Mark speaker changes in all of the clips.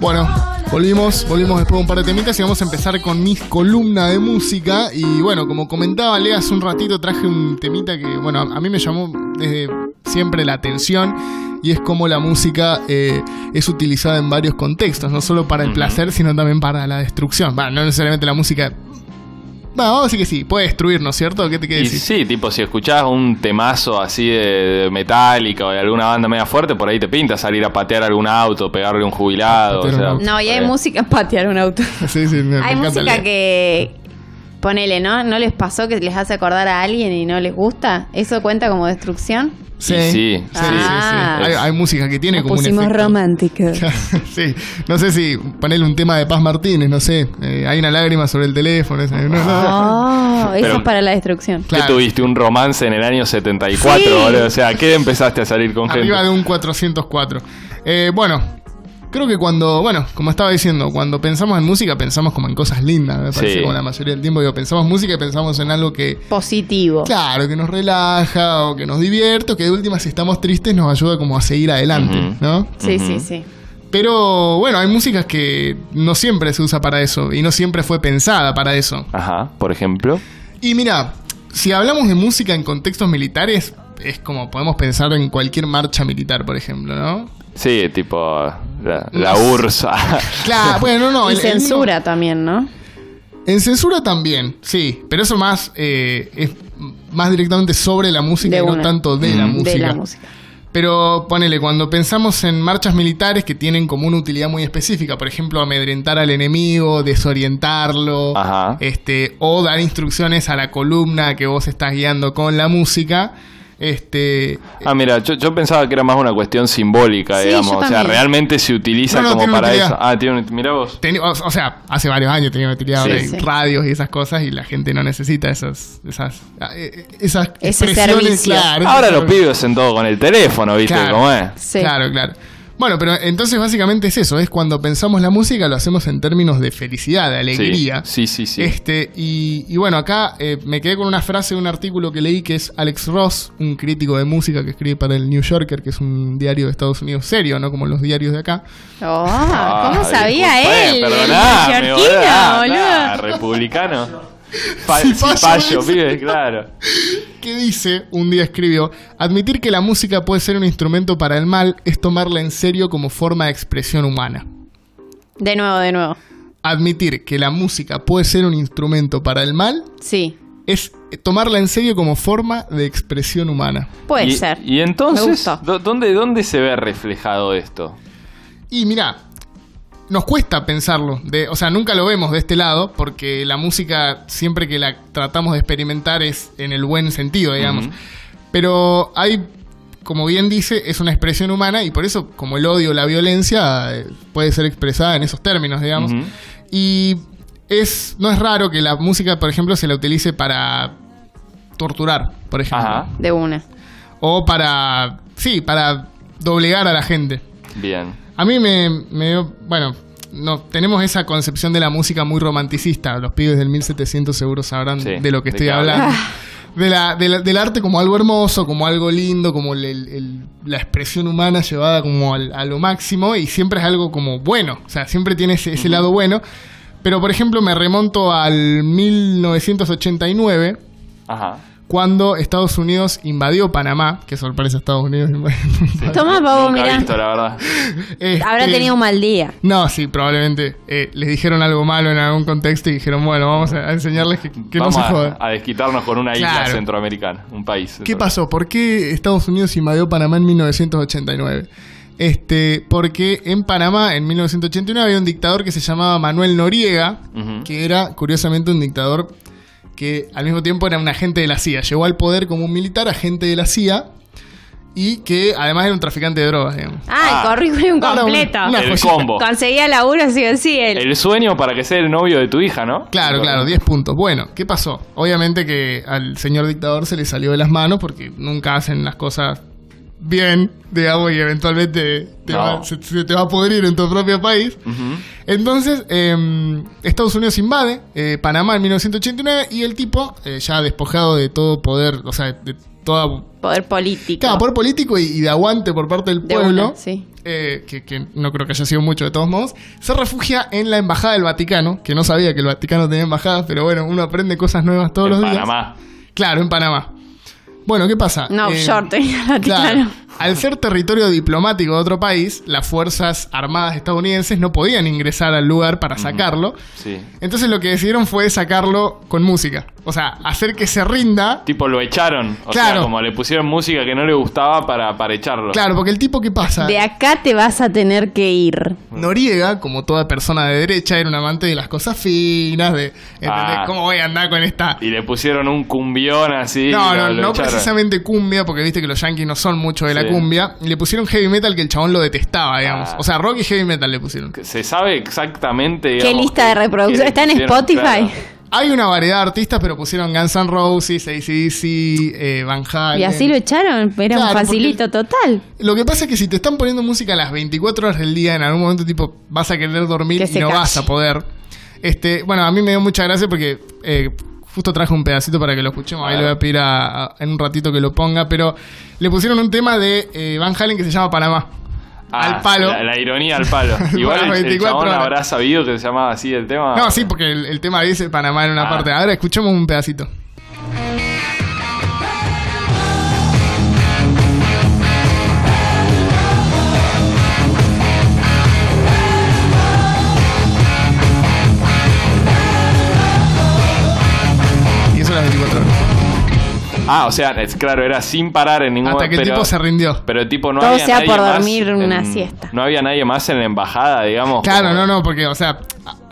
Speaker 1: Bueno, volvimos, volvimos después de un par de temitas y vamos a empezar con mis columna de música. Y bueno, como comentaba Lea hace un ratito, traje un temita que, bueno, a, a mí me llamó desde siempre la atención y es como la música eh, es utilizada en varios contextos, no solo para el placer, sino también para la destrucción. Bueno, no necesariamente la música. Bueno, vamos a decir que sí, puede destruir, ¿no es cierto? ¿Qué te
Speaker 2: Y
Speaker 1: quieres decir?
Speaker 2: sí, tipo, si escuchás un temazo así de, de Metallica o de alguna banda media fuerte, por ahí te pinta salir a patear algún auto, pegarle a un jubilado.
Speaker 1: Patear
Speaker 2: o sea,
Speaker 1: un auto.
Speaker 3: No, y hay
Speaker 2: eh,
Speaker 3: música. Patear un auto.
Speaker 1: Sí, sí, me- me
Speaker 3: hay
Speaker 1: encanta
Speaker 3: música
Speaker 1: Lea.
Speaker 3: que. Ponele, ¿no? ¿No les pasó que les hace acordar a alguien y no les gusta? ¿Eso cuenta como destrucción?
Speaker 1: Sí,
Speaker 2: Sí,
Speaker 1: sí, sí,
Speaker 2: sí.
Speaker 1: sí.
Speaker 3: Ah.
Speaker 1: Hay, hay música que tiene
Speaker 3: Nos
Speaker 1: como un
Speaker 3: pusimos
Speaker 1: efecto.
Speaker 3: románticos.
Speaker 1: sí, no sé si ponerle un tema de Paz Martínez, no sé. eh, hay una lágrima sobre el teléfono. ese- no, no.
Speaker 3: Oh, eso
Speaker 2: Pero-
Speaker 3: es para la destrucción.
Speaker 2: ¿Qué
Speaker 1: Claro.
Speaker 2: tuviste? ¿Un romance en el año 74,
Speaker 3: Sí.
Speaker 2: boludo? O sea, ¿qué empezaste a salir con
Speaker 1: Arriba de
Speaker 2: gente?
Speaker 1: un 404. Eh, bueno, creo que cuando, bueno, como estaba diciendo, cuando pensamos en música pensamos como en cosas lindas, me parece,
Speaker 2: Sí.
Speaker 1: como la mayoría del tiempo. Digo, pensamos música y pensamos en algo que,
Speaker 3: Positivo.
Speaker 1: claro, que nos relaja o que nos divierte o que de última si estamos tristes nos ayuda como a seguir adelante,
Speaker 2: Ujú.
Speaker 1: ¿no?
Speaker 3: Sí,
Speaker 2: Ujú.
Speaker 3: sí, sí.
Speaker 1: Pero bueno, hay músicas que no siempre se usa para eso y no siempre fue pensada para eso.
Speaker 2: Ajá, por ejemplo.
Speaker 1: Y mira, si hablamos de música en contextos militares, es como podemos pensar en cualquier marcha militar, por ejemplo, ¿no?
Speaker 2: Sí, tipo la, la
Speaker 1: No sé.
Speaker 2: URSS.
Speaker 1: Claro, bueno, no.
Speaker 3: y
Speaker 1: el- el mismo-
Speaker 3: censura también, ¿no?
Speaker 1: en censura también, sí, pero eso más eh, es más directamente sobre la música
Speaker 3: De
Speaker 1: y no
Speaker 3: una.
Speaker 1: tanto de la
Speaker 2: Mm.
Speaker 1: música.
Speaker 3: De la música.
Speaker 1: Pero ponele, cuando pensamos en marchas militares que tienen como una utilidad muy específica, por ejemplo, amedrentar al enemigo, desorientarlo,
Speaker 2: Ajá.
Speaker 1: este, o dar instrucciones a la columna que vos estás guiando con la música, este,
Speaker 2: Ah, mira, yo, yo pensaba que era más una cuestión simbólica,
Speaker 3: Sí,
Speaker 2: digamos.
Speaker 3: yo
Speaker 2: O sea,
Speaker 3: también.
Speaker 2: realmente se utiliza
Speaker 1: No, no,
Speaker 2: como
Speaker 1: tiene
Speaker 2: para
Speaker 1: utilidad.
Speaker 2: eso. Ah, tiene un, mira vos.
Speaker 1: Teni- o, o sea, hace varios años tenía una utilidad
Speaker 2: Sí.
Speaker 1: de
Speaker 3: Sí.
Speaker 1: radios y esas cosas y la gente no necesita esas esas eh, esas
Speaker 3: Ese
Speaker 1: expresiones,
Speaker 3: servicio.
Speaker 1: claro,
Speaker 2: Ahora
Speaker 1: ese
Speaker 2: los
Speaker 1: servicio.
Speaker 2: pibes en todo con el teléfono, ¿viste
Speaker 1: Claro.
Speaker 2: cómo es?
Speaker 3: Sí.
Speaker 1: Claro, claro. Bueno, pero entonces básicamente es eso, es cuando pensamos la música lo hacemos en términos de felicidad, de alegría.
Speaker 2: Sí, sí, sí.
Speaker 1: Este, y, y bueno, acá eh, me quedé con una frase de un artículo que leí que es Alex Ross, un crítico de música que escribe para el New Yorker, que es un diario de Estados Unidos serio, ¿no? Como los diarios de acá.
Speaker 3: Oh,
Speaker 2: Ah,
Speaker 3: ¿cómo sabía
Speaker 2: disculpame,
Speaker 1: eh,
Speaker 3: él?
Speaker 2: Perdoname,
Speaker 3: El
Speaker 2: boludo. Ah,
Speaker 3: neoyorquino,
Speaker 2: nah,
Speaker 3: boludo.
Speaker 2: republicano. Fa-
Speaker 1: Sí, payo,
Speaker 2: Cipayo,
Speaker 1: dice.
Speaker 2: pibe, claro.
Speaker 1: que dice, un día escribió, admitir que la música puede ser un instrumento para el mal es tomarla en serio como forma de expresión humana.
Speaker 3: De nuevo, de nuevo.
Speaker 1: Admitir que la música puede ser un instrumento para el mal
Speaker 3: Sí,
Speaker 1: es tomarla en serio como forma de expresión humana.
Speaker 3: puede
Speaker 2: y,
Speaker 3: ser.
Speaker 2: Y
Speaker 3: Me
Speaker 2: entonces,
Speaker 3: gustó.
Speaker 2: ¿dó- ¿dónde, ¿dónde se ve reflejado esto?
Speaker 1: Y mira, nos cuesta pensarlo, de, o sea, nunca lo vemos de este lado, porque la música siempre que la tratamos de experimentar es en el buen sentido, digamos.
Speaker 2: Ujú.
Speaker 1: Pero hay, como bien dice, es una expresión humana y por eso, como el odio, la violencia, eh, puede ser expresada en esos términos, digamos.
Speaker 2: Ujú.
Speaker 1: Y es, no es raro que la música, por ejemplo, se la utilice para torturar, por ejemplo.
Speaker 2: Ajá.
Speaker 3: De una.
Speaker 1: O para, sí, para doblegar a la gente.
Speaker 2: Bien.
Speaker 1: A mí me, me dio- bueno, no, tenemos esa concepción de la música muy romanticista. Los pibes del 1700 seguro sabrán
Speaker 2: Sí,
Speaker 1: de lo que
Speaker 2: de
Speaker 1: estoy
Speaker 2: qué
Speaker 1: hablando.
Speaker 2: hablan.
Speaker 1: De la, de la- del arte como algo hermoso, como algo lindo, como el- el- el- la expresión humana llevada como al- a lo máximo y siempre es algo como bueno, o sea, siempre tiene ese, ese lado bueno. Pero por ejemplo me remonto al 1989,
Speaker 2: Ah. Ajá.
Speaker 1: cuando Estados Unidos invadió Panamá, que sorpresa Estados Unidos.
Speaker 3: Toma,
Speaker 2: Nunca
Speaker 3: Pablo, Oh, mirá.
Speaker 2: visto, la verdad.
Speaker 3: Habrá
Speaker 1: Este,
Speaker 3: tenido un mal día.
Speaker 1: no, sí, probablemente eh, les dijeron algo malo en algún contexto y dijeron, bueno, vamos a a enseñarles que, que no
Speaker 2: Vamos
Speaker 1: se
Speaker 2: a-
Speaker 1: jodan.
Speaker 2: a, desquitarnos con una isla
Speaker 1: Claro.
Speaker 2: centroamericana, un país.
Speaker 1: ¿Qué pasó? ¿Por qué Estados Unidos invadió Panamá en 1989? Este, porque en Panamá en 1989 había un dictador que se llamaba Manuel Noriega,
Speaker 2: Ujú.
Speaker 1: que era curiosamente un dictador que al mismo tiempo era un agente de la CIA. Llegó al poder como un militar, agente de la CIA, y que además era un traficante de drogas, digamos.
Speaker 2: Ah.
Speaker 3: Ah, el currículum
Speaker 1: Ahora,
Speaker 3: completo.
Speaker 1: una-
Speaker 2: El
Speaker 1: joyita.
Speaker 2: combo.
Speaker 3: Conseguía laburo, sí o sí. él.
Speaker 2: El sueño para que sea el novio de tu hija, ¿no?
Speaker 1: Claro, claro, 10 puntos. Bueno, ¿qué pasó? Obviamente que al señor dictador se le salió de las manos porque nunca hacen las cosas bien, digamos, y eventualmente te
Speaker 2: No.
Speaker 1: va- se, se te va a pudrir en tu propio país.
Speaker 2: Ujú.
Speaker 1: Entonces, eh, Estados Unidos invade eh, Panamá en 1989 y el tipo, eh, ya despojado de todo poder, o sea, de toda
Speaker 3: Poder político.
Speaker 1: Claro, poder político y, y de aguante por parte del
Speaker 3: De
Speaker 1: pueblo,
Speaker 3: una, sí.
Speaker 1: eh, que, que no creo que haya sido mucho de todos modos, se refugia en la Embajada del Vaticano, que no sabía que el Vaticano tenía embajadas, pero bueno, uno aprende cosas nuevas todos los
Speaker 2: en
Speaker 1: días.
Speaker 2: Panamá.
Speaker 1: Claro, en Panamá. Bueno, ¿qué pasa?
Speaker 3: No,
Speaker 1: Eh,
Speaker 3: short tenía el Vaticano.
Speaker 1: Claro. Al ser territorio diplomático de otro país, las Fuerzas Armadas estadounidenses no podían ingresar al lugar para sacarlo.
Speaker 2: Sí.
Speaker 1: Entonces lo que decidieron fue sacarlo con música. O sea, hacer que se rinda.
Speaker 2: Tipo, lo echaron. O
Speaker 1: Claro.
Speaker 2: sea, como le pusieron música que no le gustaba para, para echarlo.
Speaker 1: Claro, porque el tipo que pasa.
Speaker 3: De acá te vas a tener que ir.
Speaker 2: Mm.
Speaker 1: Noriega, como toda persona de derecha, era un amante de las cosas finas, de ¿entendés?
Speaker 2: Ah.
Speaker 1: cómo voy a andar con esta.
Speaker 2: Y le pusieron un cumbión así.
Speaker 1: no,
Speaker 2: y lo-
Speaker 1: no,
Speaker 2: lo
Speaker 1: no pues
Speaker 2: echaron.
Speaker 1: precisamente cumbia, porque viste que los yankees no son mucho de la
Speaker 2: Sí.
Speaker 1: cumbia. Le pusieron heavy metal que el chabón lo detestaba, digamos.
Speaker 2: Ah.
Speaker 1: O sea, rock y heavy metal le pusieron.
Speaker 2: Se sabe exactamente.
Speaker 3: ¿Qué lista de reproducción? ¿Está en Spotify?
Speaker 1: Hay una variedad de artistas, pero pusieron Guns N' Roses, ACDC, eh, Van Halen.
Speaker 3: Y así lo echaron. Era
Speaker 1: Claro,
Speaker 3: un facilito total.
Speaker 1: Lo que pasa es que si te están poniendo música a las 24 horas del día, en algún momento tipo vas a querer dormir
Speaker 3: Que
Speaker 1: y
Speaker 3: se
Speaker 1: no
Speaker 3: calle.
Speaker 1: vas a poder. Este, bueno, a mí me dio mucha gracia porque eh, justo traje un pedacito para que lo escuchemos. Ahí
Speaker 2: A
Speaker 1: le
Speaker 2: ver.
Speaker 1: voy a pedir a- a- en un ratito que lo ponga, pero le pusieron un tema de eh, Van Halen que se llama Panamá.
Speaker 2: Ah,
Speaker 1: al palo.
Speaker 2: La, la ironía al palo. Igual
Speaker 1: Para
Speaker 2: el- el,
Speaker 1: 24
Speaker 2: chabón
Speaker 1: horas.
Speaker 2: habrá sabido que se llamaba así el tema.
Speaker 1: No, sí, porque el, el tema dice Panamá en una
Speaker 2: Ah.
Speaker 1: parte. Ahora escuchemos un pedacito. Y eso a las 24 horas.
Speaker 2: Ah, o sea, es claro, era sin parar en ningún
Speaker 1: Hasta que el
Speaker 2: pero-
Speaker 1: tipo se rindió.
Speaker 2: Pero tipo no
Speaker 3: Todo
Speaker 2: había
Speaker 3: sea
Speaker 2: nadie
Speaker 3: por
Speaker 2: más
Speaker 3: dormir
Speaker 2: en-
Speaker 3: una siesta.
Speaker 2: No había nadie más en la embajada, digamos.
Speaker 1: Claro,
Speaker 2: como-
Speaker 1: no, no, porque, o sea,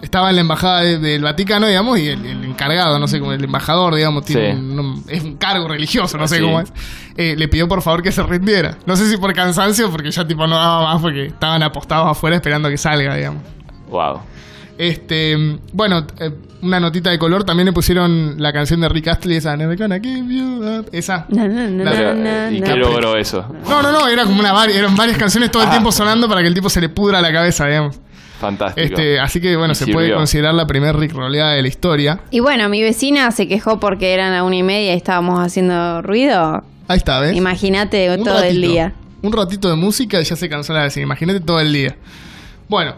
Speaker 1: estaba en la embajada de- del Vaticano, digamos, y el, el encargado, no sé, como el embajador, digamos, tiene
Speaker 2: Sí.
Speaker 1: un- un- es un cargo religioso, no sé
Speaker 2: Sí.
Speaker 1: cómo es, eh, le pidió por favor que se rindiera. No sé si por cansancio, porque ya tipo no daba más, porque estaban apostados afuera esperando que salga, digamos.
Speaker 2: Wow.
Speaker 1: Este, bueno, eh, una notita de color, también le pusieron la canción de Rick Astley, esa, "Never gonna give you up", esa.
Speaker 3: Na, na, na,
Speaker 1: La-
Speaker 2: Pero,
Speaker 3: na, na,
Speaker 2: eh, ¿Y
Speaker 3: na.
Speaker 2: qué logró
Speaker 3: pues,
Speaker 2: eso?
Speaker 1: No, no, no, era como una, vari- eran varias canciones todo el
Speaker 2: Ah.
Speaker 1: tiempo sonando para que el tipo se le pudra la cabeza, digamos.
Speaker 2: Fantástico.
Speaker 1: Este, así que bueno,
Speaker 2: Y
Speaker 1: se
Speaker 2: sirvió.
Speaker 1: puede considerar la primera Rick roleada de la historia.
Speaker 3: Y bueno, mi vecina se quejó porque eran la una y media y estábamos haciendo ruido.
Speaker 1: Ahí está, ¿ves?
Speaker 3: Imagínate
Speaker 1: Un
Speaker 3: todo el
Speaker 1: ratito.
Speaker 3: día.
Speaker 1: Un ratito de música y ya se cansó la vecina. Imagínate todo el día. Bueno,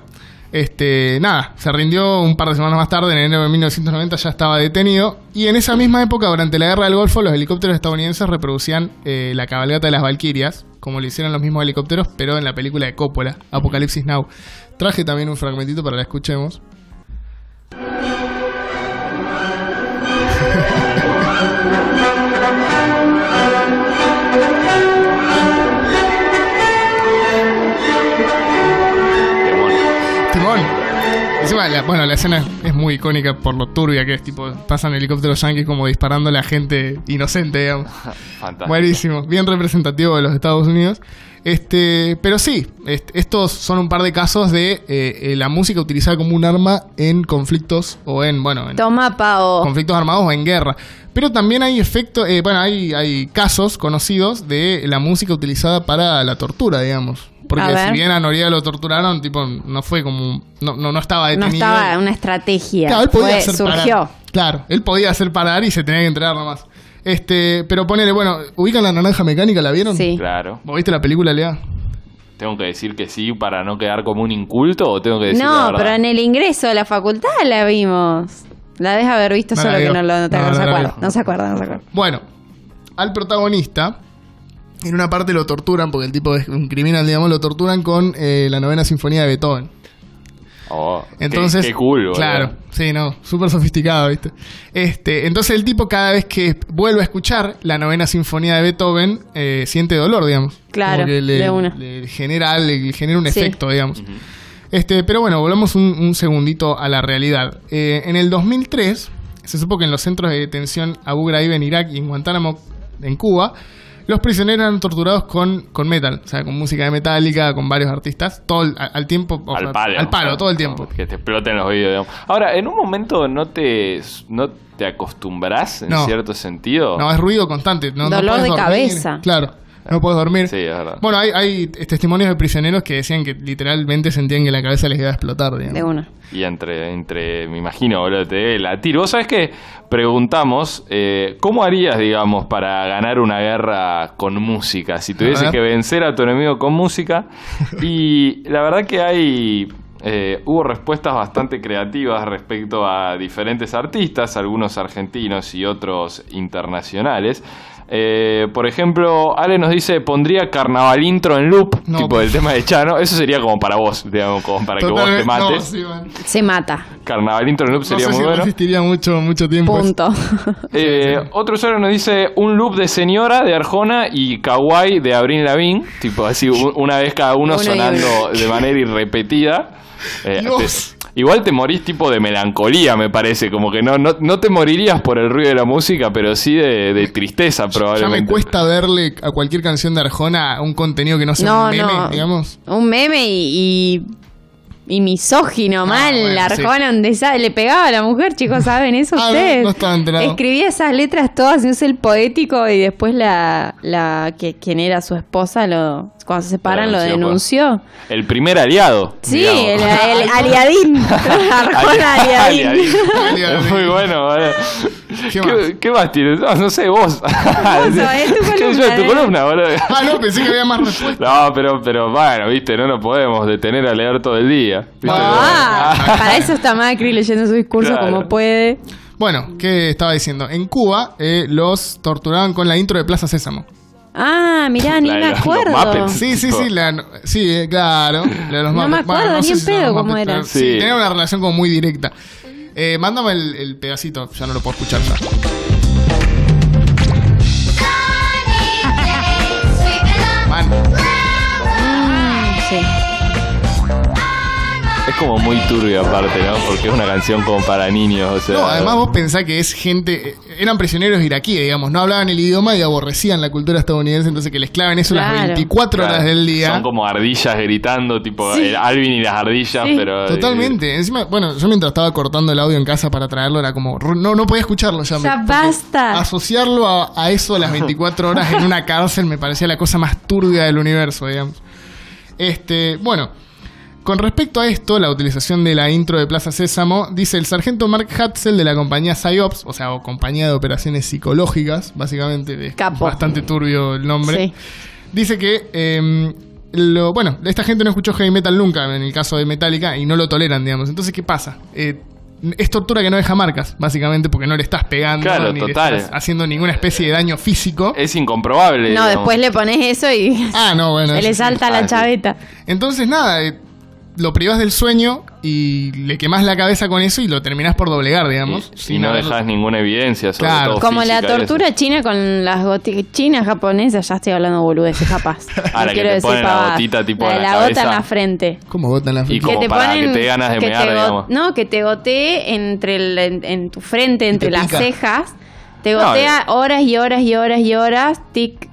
Speaker 1: este, nada, se rindió un par de semanas más tarde, en enero de 1990 ya estaba detenido. Y en esa misma época, durante la guerra del Golfo, los helicópteros estadounidenses reproducían eh, la cabalgata de las Valquirias, como lo hicieron los mismos helicópteros, pero en la película de Coppola, Apocalipsis Now. Traje también un fragmentito para que la escuchemos. ah,
Speaker 2: Demonio.
Speaker 1: Timón. Encima, la- bueno, la escena es muy icónica por lo turbia que es, tipo, pasan helicópteros yankees como disparando a la gente inocente, digamos.
Speaker 2: Fantástico.
Speaker 1: Buenísimo, bien representativo de los Estados Unidos. Este, pero sí, est- estos son un par de casos de eh, eh, la música utilizada como un arma en conflictos o en, bueno, en
Speaker 3: Toma, Pao.
Speaker 1: conflictos armados o en guerra. Pero también hay efecto, eh, bueno, hay, hay casos conocidos de la música utilizada para la tortura, digamos.
Speaker 3: A
Speaker 1: Porque
Speaker 3: ver.
Speaker 1: si bien a Noriega lo torturaron, tipo, no fue como, un- no, no, no estaba
Speaker 3: No
Speaker 1: detenido.
Speaker 3: estaba una estrategia.
Speaker 1: Claro, él podía
Speaker 3: Fue-
Speaker 1: hacer
Speaker 3: surgió.
Speaker 1: parar. Claro, él podía hacer parar y se tenía que entregar nomás. Este, pero ponele, bueno, ubican la naranja mecánica, ¿la vieron?
Speaker 3: Sí.
Speaker 2: Claro.
Speaker 1: ¿Vos viste la película, Lea?
Speaker 2: ¿Tengo que decir que sí para no quedar como un inculto o tengo que decir la
Speaker 3: No,
Speaker 2: verdad?
Speaker 3: pero en el ingreso a la facultad la vimos. La debes haber visto,
Speaker 1: No la
Speaker 3: solo que
Speaker 1: vio.
Speaker 3: no, lo, no te-
Speaker 1: No,
Speaker 3: no
Speaker 1: no
Speaker 3: se
Speaker 1: la
Speaker 3: acuerda.
Speaker 1: vio.
Speaker 3: No se acuerda, no se acuerda.
Speaker 1: Bueno, al protagonista, en una parte lo torturan, porque el tipo es un criminal, digamos, lo torturan con eh, la novena sinfonía de Beethoven.
Speaker 2: Oh, qué-
Speaker 1: Entonces,
Speaker 2: Qué, cool, boludo.
Speaker 1: claro, sí, no, súper sofisticado, ¿viste? Este, entonces el tipo cada vez que vuelve a escuchar la novena sinfonía de Beethoven eh, siente dolor, digamos.
Speaker 3: Claro,
Speaker 1: Como que le,
Speaker 3: de una.
Speaker 1: le genera, le genera un
Speaker 3: Sí.
Speaker 1: efecto, digamos. Este, pero bueno, volvamos un, un segundito a la realidad. Eh, en el 2003 se supo que en los centros de detención Abu Ghraib en Irak y en Guantánamo en Cuba los prisioneros eran torturados con, con metal, o sea, con música de metálica, con varios artistas, todo al, al tiempo, o sea,
Speaker 2: al palo.
Speaker 1: al palo, todo el tiempo.
Speaker 2: Que te exploten los oídos, digamos. Ahora, en un momento no te, no te acostumbras, en
Speaker 1: No.
Speaker 2: cierto sentido.
Speaker 1: No, es ruido constante. No, no
Speaker 3: Dolor
Speaker 1: podés
Speaker 3: de
Speaker 1: dormir.
Speaker 3: cabeza.
Speaker 1: Claro. no podés dormir.
Speaker 2: Sí, es verdad.
Speaker 1: Bueno, hay, hay testimonios de prisioneros que decían que literalmente sentían que la cabeza les iba a explotar. digamos.
Speaker 3: De una.
Speaker 2: Y entre, entre me imagino, boludo, te la tiro. Vos sabés que preguntamos, eh, ¿cómo harías, digamos, para ganar una guerra con música? Si tuvieses
Speaker 1: A ver.
Speaker 2: que vencer a tu enemigo con música. Y la verdad que hay... eh, hubo respuestas bastante creativas respecto a diferentes artistas, algunos argentinos y otros internacionales. Eh, por ejemplo, Ale nos dice, pondría carnaval intro en loop,
Speaker 1: No,
Speaker 2: tipo el tema de Chano. Eso sería como para vos, digamos, como para que vos te
Speaker 1: Totalmente-
Speaker 2: mates.
Speaker 1: no, sí, man.
Speaker 3: Se mata.
Speaker 2: Carnaval Intro Loop
Speaker 1: No
Speaker 2: sería
Speaker 1: sé
Speaker 2: muy
Speaker 1: si
Speaker 2: bueno.
Speaker 1: resistiría mucho, mucho tiempo.
Speaker 3: Punto.
Speaker 2: Eh, Otro usuario nos dice un loop de Señora de Arjona y Kawaii de Abril Lavigne. Tipo así, un- una vez cada uno
Speaker 3: Uno y
Speaker 2: sonando de manera irrepetida. Eh,
Speaker 1: Dios.
Speaker 2: te- igual te morís tipo de melancolía, me parece. Como que no, no, no te morirías por el ruido de la música, pero sí de, de tristeza
Speaker 1: Ya
Speaker 2: probablemente.
Speaker 1: me cuesta verle a cualquier canción de Arjona un contenido que no sea
Speaker 3: No,
Speaker 1: un meme,
Speaker 3: no.
Speaker 1: digamos.
Speaker 3: Un meme y. y... y misógino,
Speaker 1: Ah,
Speaker 3: mal,
Speaker 1: bueno,
Speaker 3: Arjona, un desa- le pegaba a la mujer, chicos, ¿saben eso
Speaker 1: Ah, no,
Speaker 3: ustedes?
Speaker 1: no estaba enterado.
Speaker 3: Escribía esas letras todas, haciéndose el poético y después la, la que quien era su esposa, lo cuando se separan, lo
Speaker 2: denunció, pues.
Speaker 3: denunció.
Speaker 2: El primer aliado.
Speaker 3: Sí,
Speaker 2: digamos.
Speaker 3: el, el aliadín, Arjona aliadín.
Speaker 2: Es muy bueno, ¿vale?
Speaker 1: ¿Qué
Speaker 2: ¿Qué,
Speaker 1: más?
Speaker 2: ¿Qué más tienes? Ah, no sé, vos.
Speaker 3: es tu
Speaker 2: ¿Qué sé yo?
Speaker 3: columna,
Speaker 2: tu
Speaker 3: ¿eh?
Speaker 2: columna, boludo.
Speaker 1: Ah, no, pensé que había más respuestas.
Speaker 2: No, pero, pero bueno, viste, no nos podemos detener a leer todo el día. ¿viste?
Speaker 3: Ah, para eso está Macri leyendo su discurso
Speaker 2: Claro.
Speaker 3: como puede.
Speaker 1: Bueno, ¿qué estaba diciendo? En Cuba eh, los torturaban con la intro de Plaza Sésamo.
Speaker 3: Ah, mirá, ni
Speaker 2: La de
Speaker 3: me
Speaker 2: los- los
Speaker 3: acuerdo.
Speaker 2: Muppets.
Speaker 1: Sí, sí, sí, la, sí, eh, claro. la de los
Speaker 3: No
Speaker 1: Muppets.
Speaker 3: me acuerdo ni en
Speaker 1: son los
Speaker 3: pedo cómo
Speaker 1: Muppets,
Speaker 3: era.
Speaker 1: pero
Speaker 2: Sí.
Speaker 1: sí, tenía una relación como muy directa. Eh, mándame el, el pedacito, ya no lo puedo escuchar ya. Man,
Speaker 3: Ah, sí.
Speaker 2: Es como muy turbio aparte, ¿no? Porque es una canción como para niños, o sea.
Speaker 1: no, además vos pensás que es gente, eh, eran prisioneros iraquíes, digamos, no hablaban el idioma y aborrecían la cultura estadounidense, entonces que les claven eso las
Speaker 3: Claro.
Speaker 1: 24
Speaker 2: claro,
Speaker 1: horas del día.
Speaker 2: Son como ardillas gritando, tipo
Speaker 3: Sí.
Speaker 2: el Alvin y las ardillas,
Speaker 3: Sí.
Speaker 2: pero. eh,
Speaker 1: Totalmente. Encima, bueno, yo mientras estaba cortando el audio en casa para traerlo, era como. ru- No, no podía escucharlo ya.
Speaker 3: Ya
Speaker 1: me-
Speaker 3: basta.
Speaker 2: Ah,
Speaker 1: Asociarlo a, a eso a las 24 horas en una cárcel me parecía la cosa más turbia del universo, digamos. Este, bueno. Con respecto a esto, la utilización de la intro de Plaza Sésamo, dice el sargento Mark Hatzel de la compañía PsyOps, o sea, o compañía de operaciones psicológicas, básicamente, es
Speaker 3: Capo.
Speaker 1: bastante turbio el nombre.
Speaker 3: Sí.
Speaker 1: Dice que, eh, lo, bueno, esta gente no escuchó heavy metal nunca, en el caso de Metallica, y no lo toleran, digamos. Entonces, ¿qué pasa? Eh, es tortura que no deja marcas, básicamente, porque no le estás pegando,
Speaker 2: Claro,
Speaker 1: ni le
Speaker 2: total. Eh,
Speaker 1: estás haciendo ninguna especie de daño físico.
Speaker 2: Es incomprobable.
Speaker 3: No,
Speaker 2: digamos.
Speaker 3: después le pones eso y
Speaker 1: Ah, no, bueno.
Speaker 3: se le
Speaker 1: eso-
Speaker 3: salta
Speaker 2: Ah,
Speaker 3: la
Speaker 2: sí.
Speaker 3: chaveta.
Speaker 1: Entonces, nada, eh, lo privás del sueño y le quemás la cabeza con eso y lo terminás por doblegar, digamos.
Speaker 2: Y,
Speaker 1: Sin
Speaker 2: y no
Speaker 1: haberlo-
Speaker 2: dejas ninguna evidencia sobre
Speaker 1: Claro.
Speaker 2: todo
Speaker 3: Como la
Speaker 2: física y eso.
Speaker 3: tortura china con las gotitas chinas japonesas, ya estoy hablando boludeces, capaz.
Speaker 2: Ah, la que te ponen la
Speaker 3: pavadas.
Speaker 2: gotita tipo
Speaker 3: la,
Speaker 2: en
Speaker 3: de
Speaker 2: la
Speaker 3: la gota en
Speaker 2: cabeza.
Speaker 3: la frente.
Speaker 1: ¿Cómo botan la
Speaker 2: Y
Speaker 1: ficha?
Speaker 2: como para que te dé ganas de mear,
Speaker 3: te go-
Speaker 2: digamos.
Speaker 3: No, que te gotee entre el- en, en tu frente, entre
Speaker 1: te
Speaker 3: las
Speaker 1: pica.
Speaker 3: cejas. Te
Speaker 2: No,
Speaker 3: gotea horas y horas y horas y horas. Tic,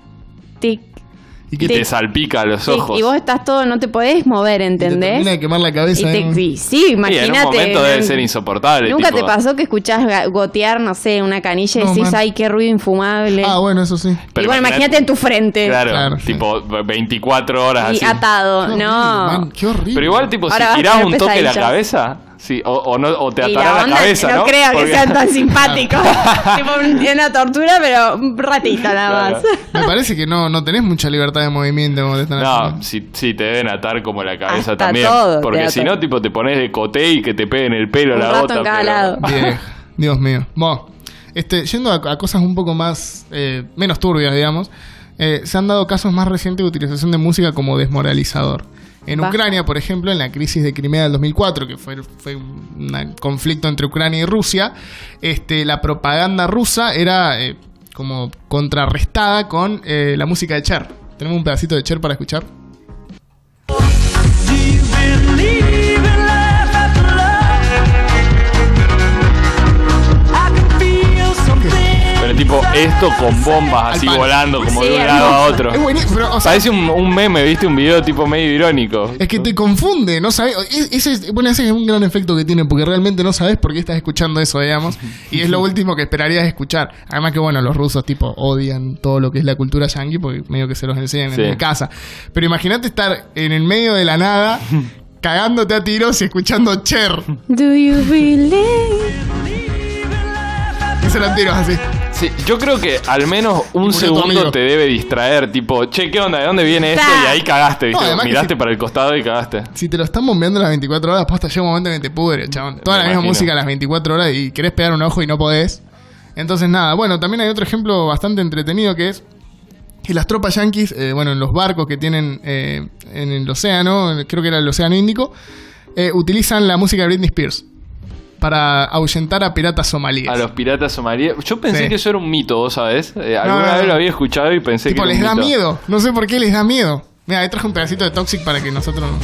Speaker 3: tic,
Speaker 1: Y
Speaker 2: Y
Speaker 1: que
Speaker 3: Sí.
Speaker 2: te salpica los
Speaker 3: tic.
Speaker 2: ojos.
Speaker 3: Y vos estás todo, no te podés mover,
Speaker 1: te
Speaker 3: ¿entendés?
Speaker 1: termina de quemar la
Speaker 3: Y
Speaker 1: cabeza. eh.
Speaker 3: te,
Speaker 1: digamos.
Speaker 3: y sí,
Speaker 2: Sí,
Speaker 3: imagínate.
Speaker 2: en un momento debe
Speaker 3: no-
Speaker 2: ser insoportable.
Speaker 3: Nunca
Speaker 2: tipo,
Speaker 3: te pasó que escuchás ga- gotear, no sé, una canilla y
Speaker 1: No,
Speaker 3: decís,
Speaker 1: man.
Speaker 3: ay, qué ruido infumable.
Speaker 1: Ah, bueno, eso sí.
Speaker 2: pero
Speaker 3: y bueno, imagínate en tu frente.
Speaker 2: Claro,
Speaker 1: Claro.
Speaker 2: tipo 24 horas
Speaker 3: y
Speaker 2: así.
Speaker 3: atado.
Speaker 1: Qué horrible,
Speaker 3: no.
Speaker 1: man, qué horrible.
Speaker 2: Pero igual, tipo,
Speaker 3: Ahora vas
Speaker 2: si
Speaker 3: a
Speaker 2: tirás
Speaker 3: tener
Speaker 2: un toque de la
Speaker 3: pesadillas.
Speaker 2: cabeza, sí, o, o no, o te
Speaker 3: Y
Speaker 2: atará la,
Speaker 3: onda,
Speaker 2: cabeza, ¿no?
Speaker 3: no creo que
Speaker 2: Porque-
Speaker 3: sean tan simpáticos. tipo, un- una tortura, pero un ratito nada más.
Speaker 2: Claro.
Speaker 1: Me parece que no, no tenés mucha libertad de movimiento como te están
Speaker 2: No,
Speaker 1: haciendo.
Speaker 2: si, si te deben atar como la cabeza
Speaker 3: Hasta
Speaker 2: también.
Speaker 3: todo te
Speaker 2: porque si
Speaker 3: atan.
Speaker 2: no, tipo, te pones de coté y que te peguen el pelo
Speaker 3: Un
Speaker 2: la
Speaker 3: rato
Speaker 2: gota.
Speaker 3: en cada
Speaker 2: pero-
Speaker 3: lado.
Speaker 1: Vieja. Dios mío. Bueno, este, yendo a, a cosas un poco más, eh, menos turbias, digamos, eh, se han dado casos más recientes de utilización de música como desmoralizador. En
Speaker 3: Va.
Speaker 1: Ucrania, por ejemplo, en la crisis de Crimea del 2004, que fue, fue un un conflicto entre Ucrania y Rusia, este, la propaganda rusa era eh, como contrarrestada con eh, la música de Cher. ¿Tenemos un pedacito de Cher para escuchar?
Speaker 2: Pero tipo esto con bombas así
Speaker 1: Al palo.
Speaker 2: volando como de
Speaker 3: Sí,
Speaker 2: un lado a
Speaker 3: hermoso.
Speaker 2: otro.
Speaker 1: Es buenísimo, pero, o sea,
Speaker 2: Parece un, un meme, ¿viste? Un video tipo medio irónico.
Speaker 1: Es que te confunde, no sabes. e- Ese, es- bueno, ese es un gran efecto que tiene, porque realmente no sabes por qué estás escuchando eso, digamos. Y es lo último que esperarías escuchar. Además que, bueno, los rusos, tipo, odian todo lo que es la cultura yankee, porque medio que se los enseñan
Speaker 2: Sí.
Speaker 1: en casa. Pero imagínate estar en el medio de la nada, cagándote a tiros y escuchando Cher.
Speaker 3: Do you believe?
Speaker 1: Que se los tiros así.
Speaker 2: Sí, yo creo que al menos
Speaker 1: murió
Speaker 2: un
Speaker 1: tu
Speaker 2: segundo
Speaker 1: amigo.
Speaker 2: te debe distraer, tipo, che, ¿qué onda? ¿De dónde viene esto?
Speaker 3: Ta.
Speaker 2: Y ahí cagaste, ¿viste?
Speaker 1: No, además que
Speaker 2: Miraste
Speaker 1: si-
Speaker 2: para el costado y cagaste.
Speaker 1: Si te lo están bombeando las 24 horas, posta, llega un momento que te pudre, chabón. Toda
Speaker 2: Me
Speaker 1: la misma
Speaker 2: imagino.
Speaker 1: música a las 24 horas y querés pegar un ojo y no podés. Entonces, nada. Bueno, también hay otro ejemplo bastante entretenido que es que las tropas yanquis, eh, bueno, en los barcos que tienen eh, en el océano, creo que era el océano Índico, eh, utilizan la música de Britney Spears para ahuyentar a piratas somalíes.
Speaker 2: A los piratas somalíes. Yo pensé
Speaker 1: Sí.
Speaker 2: que eso era un mito, ¿vos sabés? Eh, alguna
Speaker 1: no,
Speaker 2: vez
Speaker 1: no.
Speaker 2: lo había escuchado y pensé
Speaker 1: tipo,
Speaker 2: que era
Speaker 1: les
Speaker 2: un
Speaker 1: da
Speaker 2: mito.
Speaker 1: miedo. No sé por qué les da miedo. Mira, ahí traje un pedacito de Toxic para que nosotros no.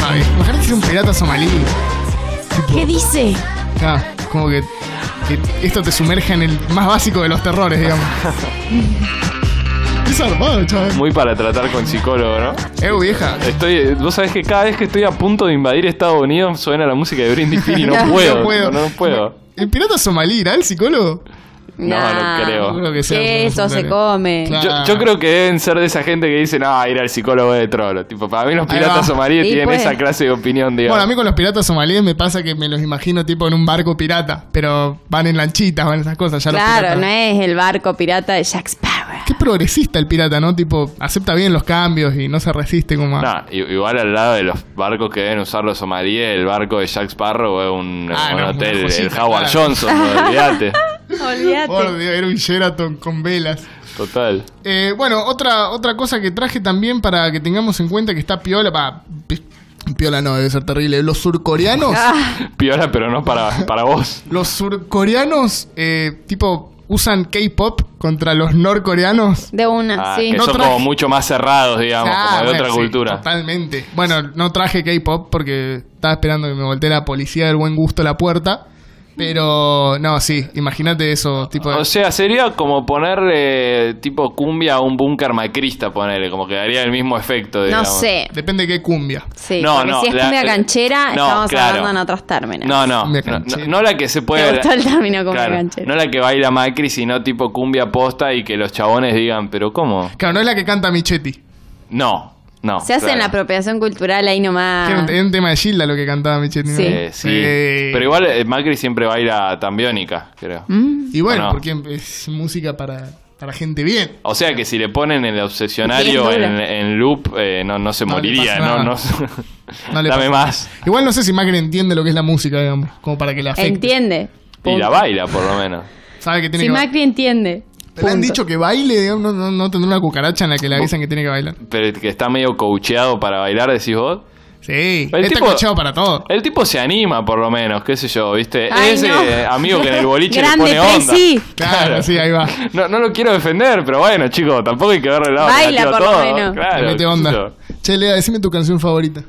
Speaker 1: ¿Sabes? Imagínate que es un pirata somalí.
Speaker 3: ¿Qué dice?
Speaker 1: Ah, como que, que esto te sumerja en el más básico de los terrores, digamos. es armado, chaval.
Speaker 2: Muy para tratar con psicólogo, ¿no?
Speaker 1: Eh, vieja.
Speaker 2: Estoy, vos sabés que cada vez que estoy a punto de invadir Estados Unidos suena la música de Britney Spears y no
Speaker 3: No
Speaker 2: puedo. No puedo. No, puedo.
Speaker 1: ¿El pirata somalí irá al psicólogo?
Speaker 2: No,
Speaker 3: Nah.
Speaker 2: no creo.
Speaker 1: No creo que sea
Speaker 3: ¿Qué eso se
Speaker 1: secundario.
Speaker 3: come?
Speaker 1: Claro.
Speaker 2: Yo, yo creo que deben ser de esa gente que dice, no, ir al psicólogo de trolo. Tipo, para mí los
Speaker 1: Ahí va.
Speaker 2: piratas somalíes
Speaker 3: Sí,
Speaker 2: tienen
Speaker 3: pues.
Speaker 2: esa clase de opinión, digamos.
Speaker 1: Bueno, a mí con los piratas somalíes me pasa que me los imagino tipo en un barco pirata, pero van en lanchitas, van en esas cosas. Ya los
Speaker 3: Claro,
Speaker 1: piratas-
Speaker 3: no es el barco pirata de Jack Sparrow.
Speaker 1: Qué progresista el pirata, ¿no? Tipo, acepta bien los cambios y no se resiste como a...
Speaker 2: No, i- igual al lado de los barcos que deben usar los somalíes, el barco de Jack Sparrow es un,
Speaker 1: Ah,
Speaker 2: un
Speaker 1: no,
Speaker 2: hotel,
Speaker 1: una
Speaker 2: el
Speaker 1: joyita,
Speaker 2: Howard
Speaker 1: claro.
Speaker 2: Johnson, no, olvídate.
Speaker 1: Por
Speaker 3: Olvídate.
Speaker 1: Dios, era un Sheraton con velas.
Speaker 2: Total.
Speaker 1: Eh, bueno, otra, otra cosa que traje también para que tengamos en cuenta que está piola. pa, pi- piola no, debe ser terrible. Los surcoreanos.
Speaker 2: Piola, pero no para, para vos.
Speaker 1: los surcoreanos, eh, tipo, usan K-pop contra los norcoreanos.
Speaker 3: De una,
Speaker 2: Ah,
Speaker 3: sí.
Speaker 2: que
Speaker 1: No
Speaker 2: son
Speaker 1: traje-
Speaker 2: como mucho más cerrados, digamos,
Speaker 1: Ah,
Speaker 2: como de
Speaker 1: bueno,
Speaker 2: otra
Speaker 1: sí,
Speaker 2: cultura.
Speaker 1: Totalmente. Bueno, no traje K-pop porque estaba esperando que me voltee la policía del buen gusto a la puerta. Pero no, sí, imagínate eso. Tipo,
Speaker 2: O sea, sería como ponerle tipo cumbia a un búnker macrista, ponerle, como que daría el mismo efecto.
Speaker 3: No
Speaker 2: digamos.
Speaker 3: sé.
Speaker 1: depende de qué cumbia.
Speaker 3: Sí,
Speaker 2: No,
Speaker 3: porque
Speaker 2: no,
Speaker 3: si es
Speaker 2: la- eh,
Speaker 3: cumbia canchera,
Speaker 2: no,
Speaker 3: estamos
Speaker 2: claro.
Speaker 3: hablando en otros términos.
Speaker 2: No, no, no,
Speaker 1: Cumbia
Speaker 2: no,
Speaker 1: canchera.
Speaker 2: no la que se
Speaker 3: Me
Speaker 2: puede...
Speaker 3: gustó el término como
Speaker 2: Claro,
Speaker 3: canchera.
Speaker 2: no la que baila Macri, sino tipo cumbia posta y que los chabones digan, pero ¿cómo?
Speaker 1: Claro, no es la que canta Michetti.
Speaker 2: No, no.
Speaker 3: Se hace en la
Speaker 2: claro.
Speaker 3: apropiación cultural ahí nomás.
Speaker 1: Era un- Era un tema de Gilda lo que cantaba Michetti. ¿no?
Speaker 3: Ah. Sí.
Speaker 2: Eh, sí. Pero igual eh, Macri siempre baila tambiónica, creo.
Speaker 3: Mm.
Speaker 1: Y bueno,
Speaker 2: ¿O no?
Speaker 1: porque es música para, para gente bien.
Speaker 2: O sea que si le ponen el obsesionario
Speaker 3: Bien
Speaker 2: en,
Speaker 3: dura.
Speaker 2: en loop, eh, no, no se
Speaker 1: No le
Speaker 2: moriría,
Speaker 1: pasa
Speaker 2: no,
Speaker 1: nada.
Speaker 2: no.
Speaker 1: No le
Speaker 2: Dame
Speaker 1: pasa
Speaker 2: más.
Speaker 1: Igual no sé si Macri entiende lo que es la música, digamos, como para que la afecte.
Speaker 3: Entiende.
Speaker 2: Y la
Speaker 3: Punto.
Speaker 2: baila, por lo menos.
Speaker 1: Sabe que tiene
Speaker 3: Si
Speaker 1: que ba-
Speaker 3: Macri entiende.
Speaker 1: Pero han
Speaker 3: Punto.
Speaker 1: dicho que baile, digamos, no, no, no tendrá una cucaracha en la que le avisan que tiene que bailar.
Speaker 2: Pero que está medio coacheado para bailar, decís vos.
Speaker 1: Sí,
Speaker 2: El
Speaker 1: está
Speaker 2: tipo-
Speaker 1: cocheado para todo.
Speaker 2: El tipo se anima, por lo menos, qué sé yo, ¿viste?
Speaker 3: Ay,
Speaker 2: Ese
Speaker 3: no.
Speaker 2: eh, amigo que en el boliche le
Speaker 3: Grande
Speaker 2: pone onda.
Speaker 3: Presi.
Speaker 1: Claro, sí, ahí va.
Speaker 2: No, no lo quiero defender, pero bueno, chicos, tampoco hay que verle el lado
Speaker 3: Baila,
Speaker 2: negativo a
Speaker 3: por lo
Speaker 2: todo.
Speaker 3: menos.
Speaker 2: Claro,
Speaker 1: Le mete
Speaker 2: qué sé
Speaker 1: onda.
Speaker 2: yo.
Speaker 1: Che, Lea, decime tu canción favorita.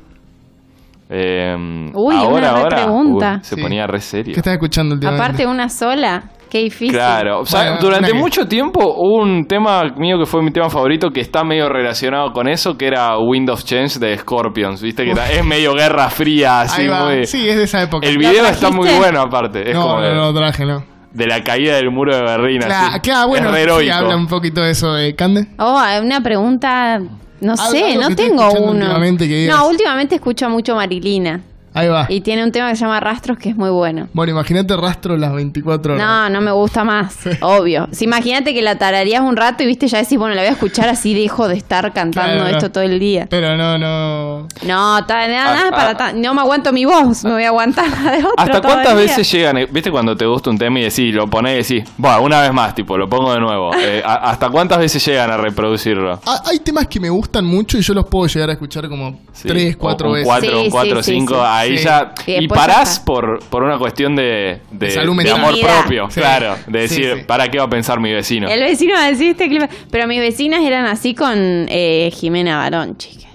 Speaker 2: Eh,
Speaker 3: Uy,
Speaker 2: ahora,
Speaker 3: una re
Speaker 2: ahora.
Speaker 3: pregunta.
Speaker 2: Uy, se
Speaker 1: Sí.
Speaker 2: ponía re
Speaker 1: ¿Qué
Speaker 2: serio.
Speaker 1: estás escuchando últimamente?
Speaker 3: Aparte una sola. Qué difícil.
Speaker 2: Claro, o sea,
Speaker 1: Bueno,
Speaker 2: durante
Speaker 1: una que-
Speaker 2: mucho tiempo hubo un tema mío que fue mi tema favorito que está medio relacionado con eso, que era Wind of Change de Scorpions, viste que ta- es medio guerra fría, así
Speaker 1: ahí va.
Speaker 2: muy...
Speaker 1: Sí, es de esa época.
Speaker 2: El
Speaker 3: ¿Lo
Speaker 2: video está muy
Speaker 3: trajiste?
Speaker 2: bueno aparte, es
Speaker 1: No,
Speaker 2: como de,
Speaker 1: no, no, traje, no.
Speaker 2: de la caída del muro de Berlín, así.
Speaker 1: Claro, claro, bueno,
Speaker 2: es re
Speaker 1: sí,
Speaker 2: heroico.
Speaker 1: habla un poquito de eso de Cande.
Speaker 3: Oh, hay una pregunta. No
Speaker 1: Algo-
Speaker 3: sé,
Speaker 1: algo que
Speaker 3: no
Speaker 1: estés
Speaker 3: tengo
Speaker 1: escuchando
Speaker 3: uno.
Speaker 1: últimamente que digas.
Speaker 3: no, últimamente escucho mucho Marilina.
Speaker 1: Ahí va.
Speaker 3: Y tiene un tema que se llama Rastros que es muy bueno.
Speaker 1: Bueno, imagínate rastro las 24 horas.
Speaker 3: No, no me gusta más, obvio. Si imagínate que la tararías un rato y viste, ya decís, bueno, la voy a escuchar así, dejo de estar cantando
Speaker 1: Claro, no.
Speaker 3: esto todo el día.
Speaker 1: Pero no, no.
Speaker 3: No, ta- nada,
Speaker 2: Ah,
Speaker 3: nada
Speaker 2: ah,
Speaker 3: para ta- no me aguanto mi voz, me voy a aguantar la de otro.
Speaker 2: ¿Hasta
Speaker 3: todo el
Speaker 2: cuántas
Speaker 3: día.
Speaker 2: veces llegan? eh, ¿Viste cuando te gusta un tema y decís, lo ponés y decís, bueno, una vez más, tipo, lo pongo de nuevo? Eh, a- ¿Hasta cuántas veces llegan a reproducirlo?
Speaker 1: Ah, hay temas que me gustan mucho y yo los puedo llegar a escuchar como
Speaker 2: Sí,
Speaker 1: tres, cuatro
Speaker 2: o- un
Speaker 1: veces.
Speaker 2: Cuatro,
Speaker 3: Sí,
Speaker 2: un
Speaker 3: sí,
Speaker 2: cuatro,
Speaker 3: sí,
Speaker 2: cinco,
Speaker 3: sí.
Speaker 2: ahí
Speaker 1: Sí.
Speaker 2: ya.
Speaker 3: Y
Speaker 2: Y,
Speaker 3: después
Speaker 2: parás
Speaker 3: ya está.
Speaker 2: por, por una cuestión de, de,
Speaker 1: De salud
Speaker 2: de
Speaker 1: mental.
Speaker 2: amor
Speaker 3: Dignidad.
Speaker 2: propio,
Speaker 1: Sí.
Speaker 2: claro. De
Speaker 1: Sí,
Speaker 2: decir,
Speaker 1: sí.
Speaker 2: ¿para qué va a pensar mi vecino?
Speaker 3: El vecino va a decir este clima. Pero mis vecinas eran así con eh, Jimena Barón, chicas.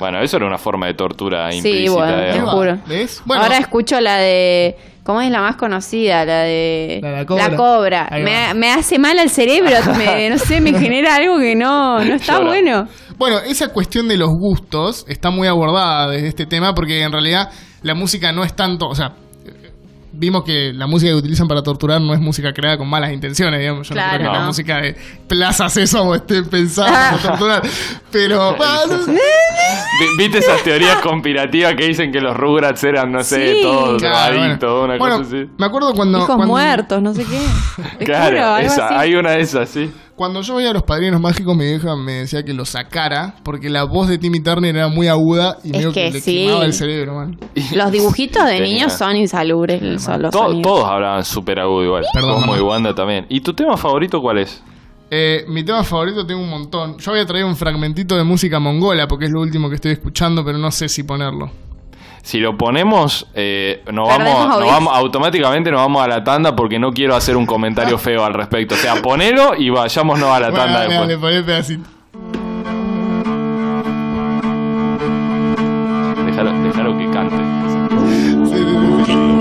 Speaker 2: Bueno, eso era una forma de tortura e
Speaker 3: Sí,
Speaker 2: implícita.
Speaker 3: bueno,
Speaker 2: digamos.
Speaker 1: Ahí va.
Speaker 3: juro.
Speaker 1: ¿Ves? Bueno,
Speaker 3: Ahora escucho la de. ¿Cómo es la más conocida? La de.
Speaker 1: La de la cobra. Ahí va.
Speaker 3: Me, me hace mal al cerebro. me- no sé, me genera algo que no, no está
Speaker 2: Lloro.
Speaker 3: bueno.
Speaker 1: Bueno, esa cuestión de los gustos está muy abordada desde este tema porque en realidad la música no es tanto, o sea, vimos que la música que utilizan para torturar no es música creada con malas intenciones, digamos, yo no
Speaker 3: Claro,
Speaker 1: creo que la
Speaker 3: no.
Speaker 1: música de Plaza Sésamo esté pensada para torturar, pero ah,
Speaker 2: Vi- ¿Viste esas teorías conspirativas que dicen que los Rugrats eran, no sé,
Speaker 3: Sí.
Speaker 2: todos
Speaker 1: Claro, bueno.
Speaker 2: drogadictos, una
Speaker 1: Bueno,
Speaker 2: cosa así?
Speaker 1: me acuerdo cuando
Speaker 3: Hijos
Speaker 1: cuando-
Speaker 3: muertos, no sé qué. Te
Speaker 2: Claro,
Speaker 3: juro, algo
Speaker 2: esa,
Speaker 3: así.
Speaker 2: hay una de esas, sí.
Speaker 1: Cuando yo veía a los padrinos mágicos, mi vieja me decía que lo sacara porque la voz de Timmy Turner era muy aguda y
Speaker 3: Es
Speaker 1: medio que,
Speaker 3: que
Speaker 1: le
Speaker 3: sí.
Speaker 1: quemaba el cerebro, man.
Speaker 3: Los dibujitos de
Speaker 2: Tenía.
Speaker 3: niños son insalubres. son los
Speaker 2: To-
Speaker 3: sonidos.
Speaker 2: todos hablaban súper agudo igual.
Speaker 1: Perdón,
Speaker 2: Como
Speaker 1: mamá.
Speaker 2: y Wanda también. ¿Y tu tema favorito cuál es?
Speaker 1: Eh, mi tema favorito tengo un montón. Yo había traído un fragmentito de música mongola porque es lo último que estoy escuchando, pero no sé si ponerlo.
Speaker 2: Si lo ponemos, eh, nos
Speaker 3: Perdemos
Speaker 2: vamos, nos
Speaker 3: audiencia.
Speaker 2: vamos- automáticamente nos vamos a la tanda porque no quiero hacer un comentario feo al respecto. O sea, ponelo y vayámonos a la
Speaker 1: Bueno,
Speaker 2: tanda
Speaker 1: dale,
Speaker 2: después.
Speaker 1: dale, poné pedacito.
Speaker 2: Déjalo, déjalo que cante.
Speaker 1: Sí, sí, sí, sí.